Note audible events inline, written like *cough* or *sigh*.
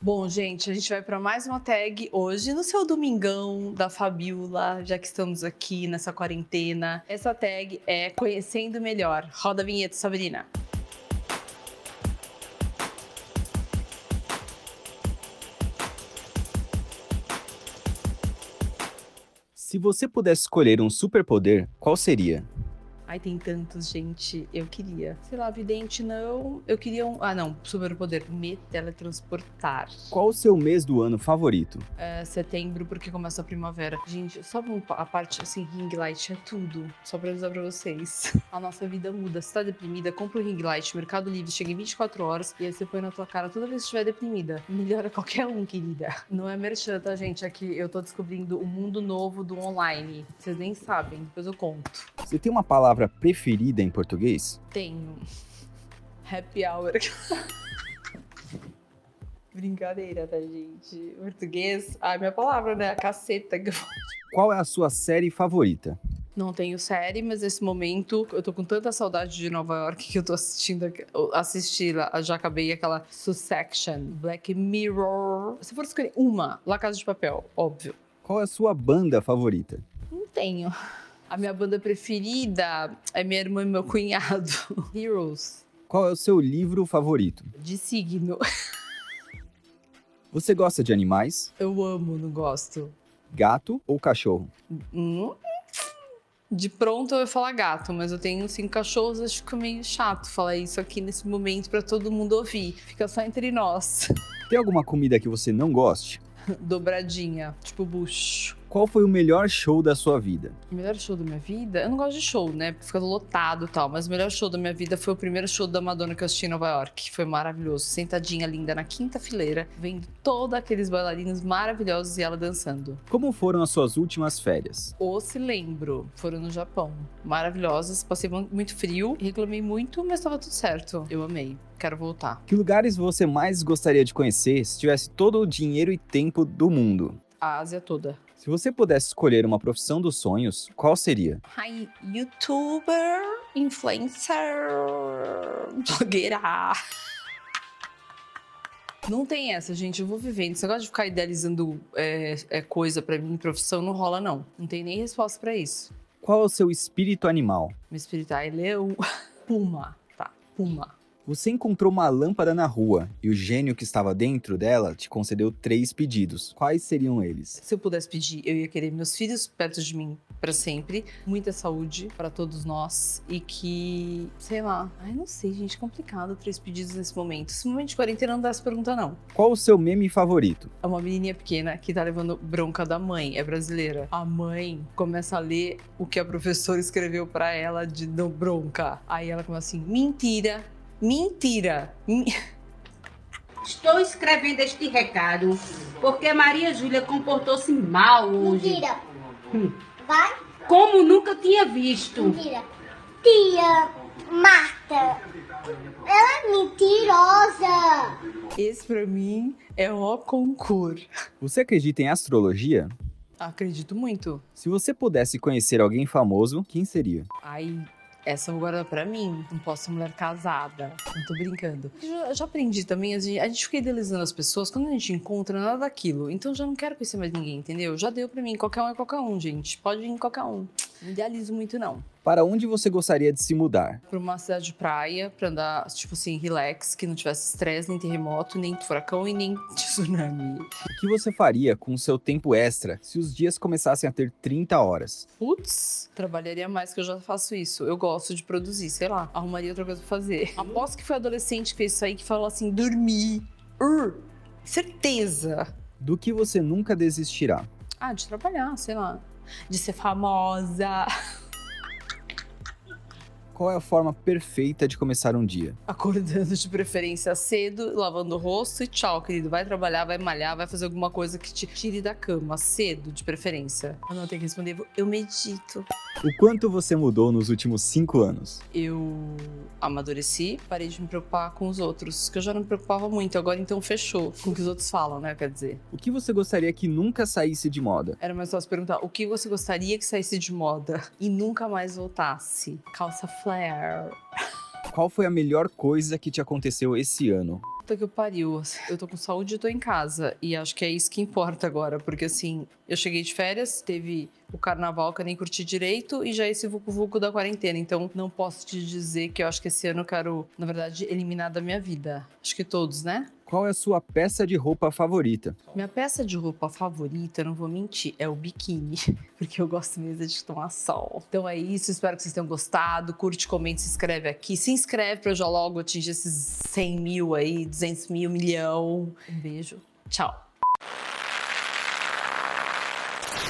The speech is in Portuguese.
Bom, gente, a gente vai para mais uma tag hoje no seu domingão da Fabiola, já que estamos aqui nessa quarentena. Essa tag é Conhecendo Melhor. Roda a vinheta, Sabrina. Se você pudesse escolher um superpoder, qual seria? Ai, tem tantos, gente. Eu queria. Sei lá, vidente não. Eu queria um. Ah, não. Superpoder. Me teletransportar. Qual o seu mês do ano favorito? É setembro, porque começa a primavera. Gente, só um pa- a parte assim, ring light é tudo. Só pra avisar pra vocês. *laughs* A nossa vida muda. Se tá deprimida, compra o ring light. Mercado Livre chega em 24 horas e aí você põe na tua cara toda vez que estiver deprimida. Melhora qualquer um, querida. Não é merchan, tá, gente? É que eu tô descobrindo um mundo novo do online. Vocês nem sabem. Depois eu conto. Você tem uma palavra preferida em português? Tenho. *laughs* Happy hour. *laughs* Brincadeira, tá, gente? Português. Ai, minha palavra, né? A caceta. que eu falo. Qual é a sua série favorita? Não tenho série, mas nesse momento eu tô com tanta saudade de Nova York que eu tô assistindo. aqu- eu Assisti, lá, já acabei aquela Sussection, Black Mirror. Se for escolher uma, La Casa de Papel, óbvio. Qual é a sua banda favorita? Não tenho. A minha banda preferida é minha irmã e meu cunhado. *laughs* Heroes, Qual é o seu livro favorito? de signo. Você gosta de animais, Eu amo, não gosto. gato ou cachorro? Hum. De pronto eu ia falar gato, mas eu tenho cinco cachorros, acho que fica meio chato falar isso aqui nesse momento pra todo mundo ouvir. Fica só entre nós. Tem alguma comida que você não goste? Dobradinha, tipo bucho. Qual foi o melhor show da sua vida? O melhor show da minha vida? Eu não gosto de show, né? Porque Fica lotado e tal. Mas o melhor show da minha vida foi o primeiro show da Madonna que eu assisti em Nova York. Foi maravilhoso. Sentadinha linda na quinta fileira, vendo todos aqueles bailarinos maravilhosos e ela dançando. Como foram as suas últimas férias? ou se lembro, foram no Japão. Maravilhosas, passei mu- muito frio, reclamei muito, mas tava tudo certo. Eu amei, quero voltar. Que lugares você mais gostaria de conhecer se tivesse todo o dinheiro e tempo do mundo? A Ásia toda. Se você pudesse escolher uma profissão dos sonhos, qual seria? Ai, youtuber, influencer, blogueira. Não tem essa, gente. Eu vou vivendo. Esse negócio de ficar idealizando é, é, coisa pra mim, profissão, não rola, não. Não tem nem resposta pra isso. Qual é o seu espírito animal? Meu espírito, ai, leão. *laughs* Puma. Tá, puma. Você encontrou uma lâmpada na rua e o gênio que estava dentro dela te concedeu três pedidos. Quais seriam eles? Se eu pudesse pedir, eu ia querer meus filhos perto de mim pra sempre, muita saúde pra todos nós e que, sei lá, ai não sei, gente, é complicado três pedidos nesse momento. Esse momento de quarentena não dá essa pergunta não. Qual o seu meme favorito? É uma menininha pequena que tá levando bronca da mãe, é brasileira. A mãe começa a ler o que a professora escreveu pra ela de no bronca. Aí ela começa assim: "Mentira, mentira". men-" Estou escrevendo este recado porque Maria Júlia comportou-se mal hoje, Mentira. Hum. Vai, como nunca tinha visto. mentira. Tia Marta, ela é mentirosa. *laughs* Esse pra mim é o concurso. Você acredita em astrologia? Acredito muito. Se você pudesse conhecer alguém famoso, quem seria? Ai, essa eu vou guardar pra mim. Não posso ser mulher casada. Não tô brincando. Eu já, eu já aprendi também, a gente, a gente fica idealizando as pessoas. Quando a gente encontra, nada daquilo. Então já não quero conhecer mais ninguém, entendeu? Já deu pra mim. Qualquer um é qualquer um, gente. Pode vir qualquer um. Não idealizo muito, não. Para onde você gostaria de se mudar? Pra uma cidade de praia, pra andar, tipo assim, relax, que não tivesse estresse, nem terremoto, nem furacão e nem *laughs* tsunami. O que você faria com o seu tempo extra se os dias começassem a ter 30 horas? Putz, trabalharia mais que eu já faço isso. Eu gosto de produzir, sei lá, arrumaria outra coisa pra *laughs* fazer. Aposto que foi adolescente que fez isso aí que falou assim: dormir. Ur, certeza. Do que você nunca desistirá? Ah, de trabalhar, sei lá. De ser famosa. *laughs* Qual é a forma perfeita de começar um dia? Acordando de preferência cedo, lavando o rosto e tchau, querido. Vai trabalhar, vai malhar, vai fazer alguma coisa que te tire da cama. Cedo, de preferência. Eu não tenho que responder, vou- eu medito. O quanto você mudou nos últimos 5 anos? eu amadureci, parei de me preocupar com os outros, que eu já não me preocupava muito, agora então fechou com o que os outros falam, né? Quer dizer, O que você gostaria que nunca saísse de moda? era mais fácil perguntar o que você gostaria que saísse de moda e nunca mais voltasse. Calça flare. Qual foi a melhor coisa que te aconteceu esse ano? Puta que pariu. Eu tô com saúde e tô em casa. E acho que é isso que importa agora. Porque assim, eu cheguei de férias, teve o carnaval que eu nem curti direito e já é esse vucu-vucu da quarentena. Então não posso te dizer que eu acho que esse ano eu quero, na verdade, eliminar da minha vida. Acho que todos, né? Qual é a sua peça de roupa favorita? Minha peça de roupa favorita, eu não vou mentir, é o biquíni, *laughs* porque eu gosto mesmo de tomar sol. Então é isso, espero que vocês tenham gostado. Curte, comente, se inscreve aqui. Se inscreve pra eu já logo atingir esses 100 mil aí, 200 mil, milhão. Um beijo, tchau.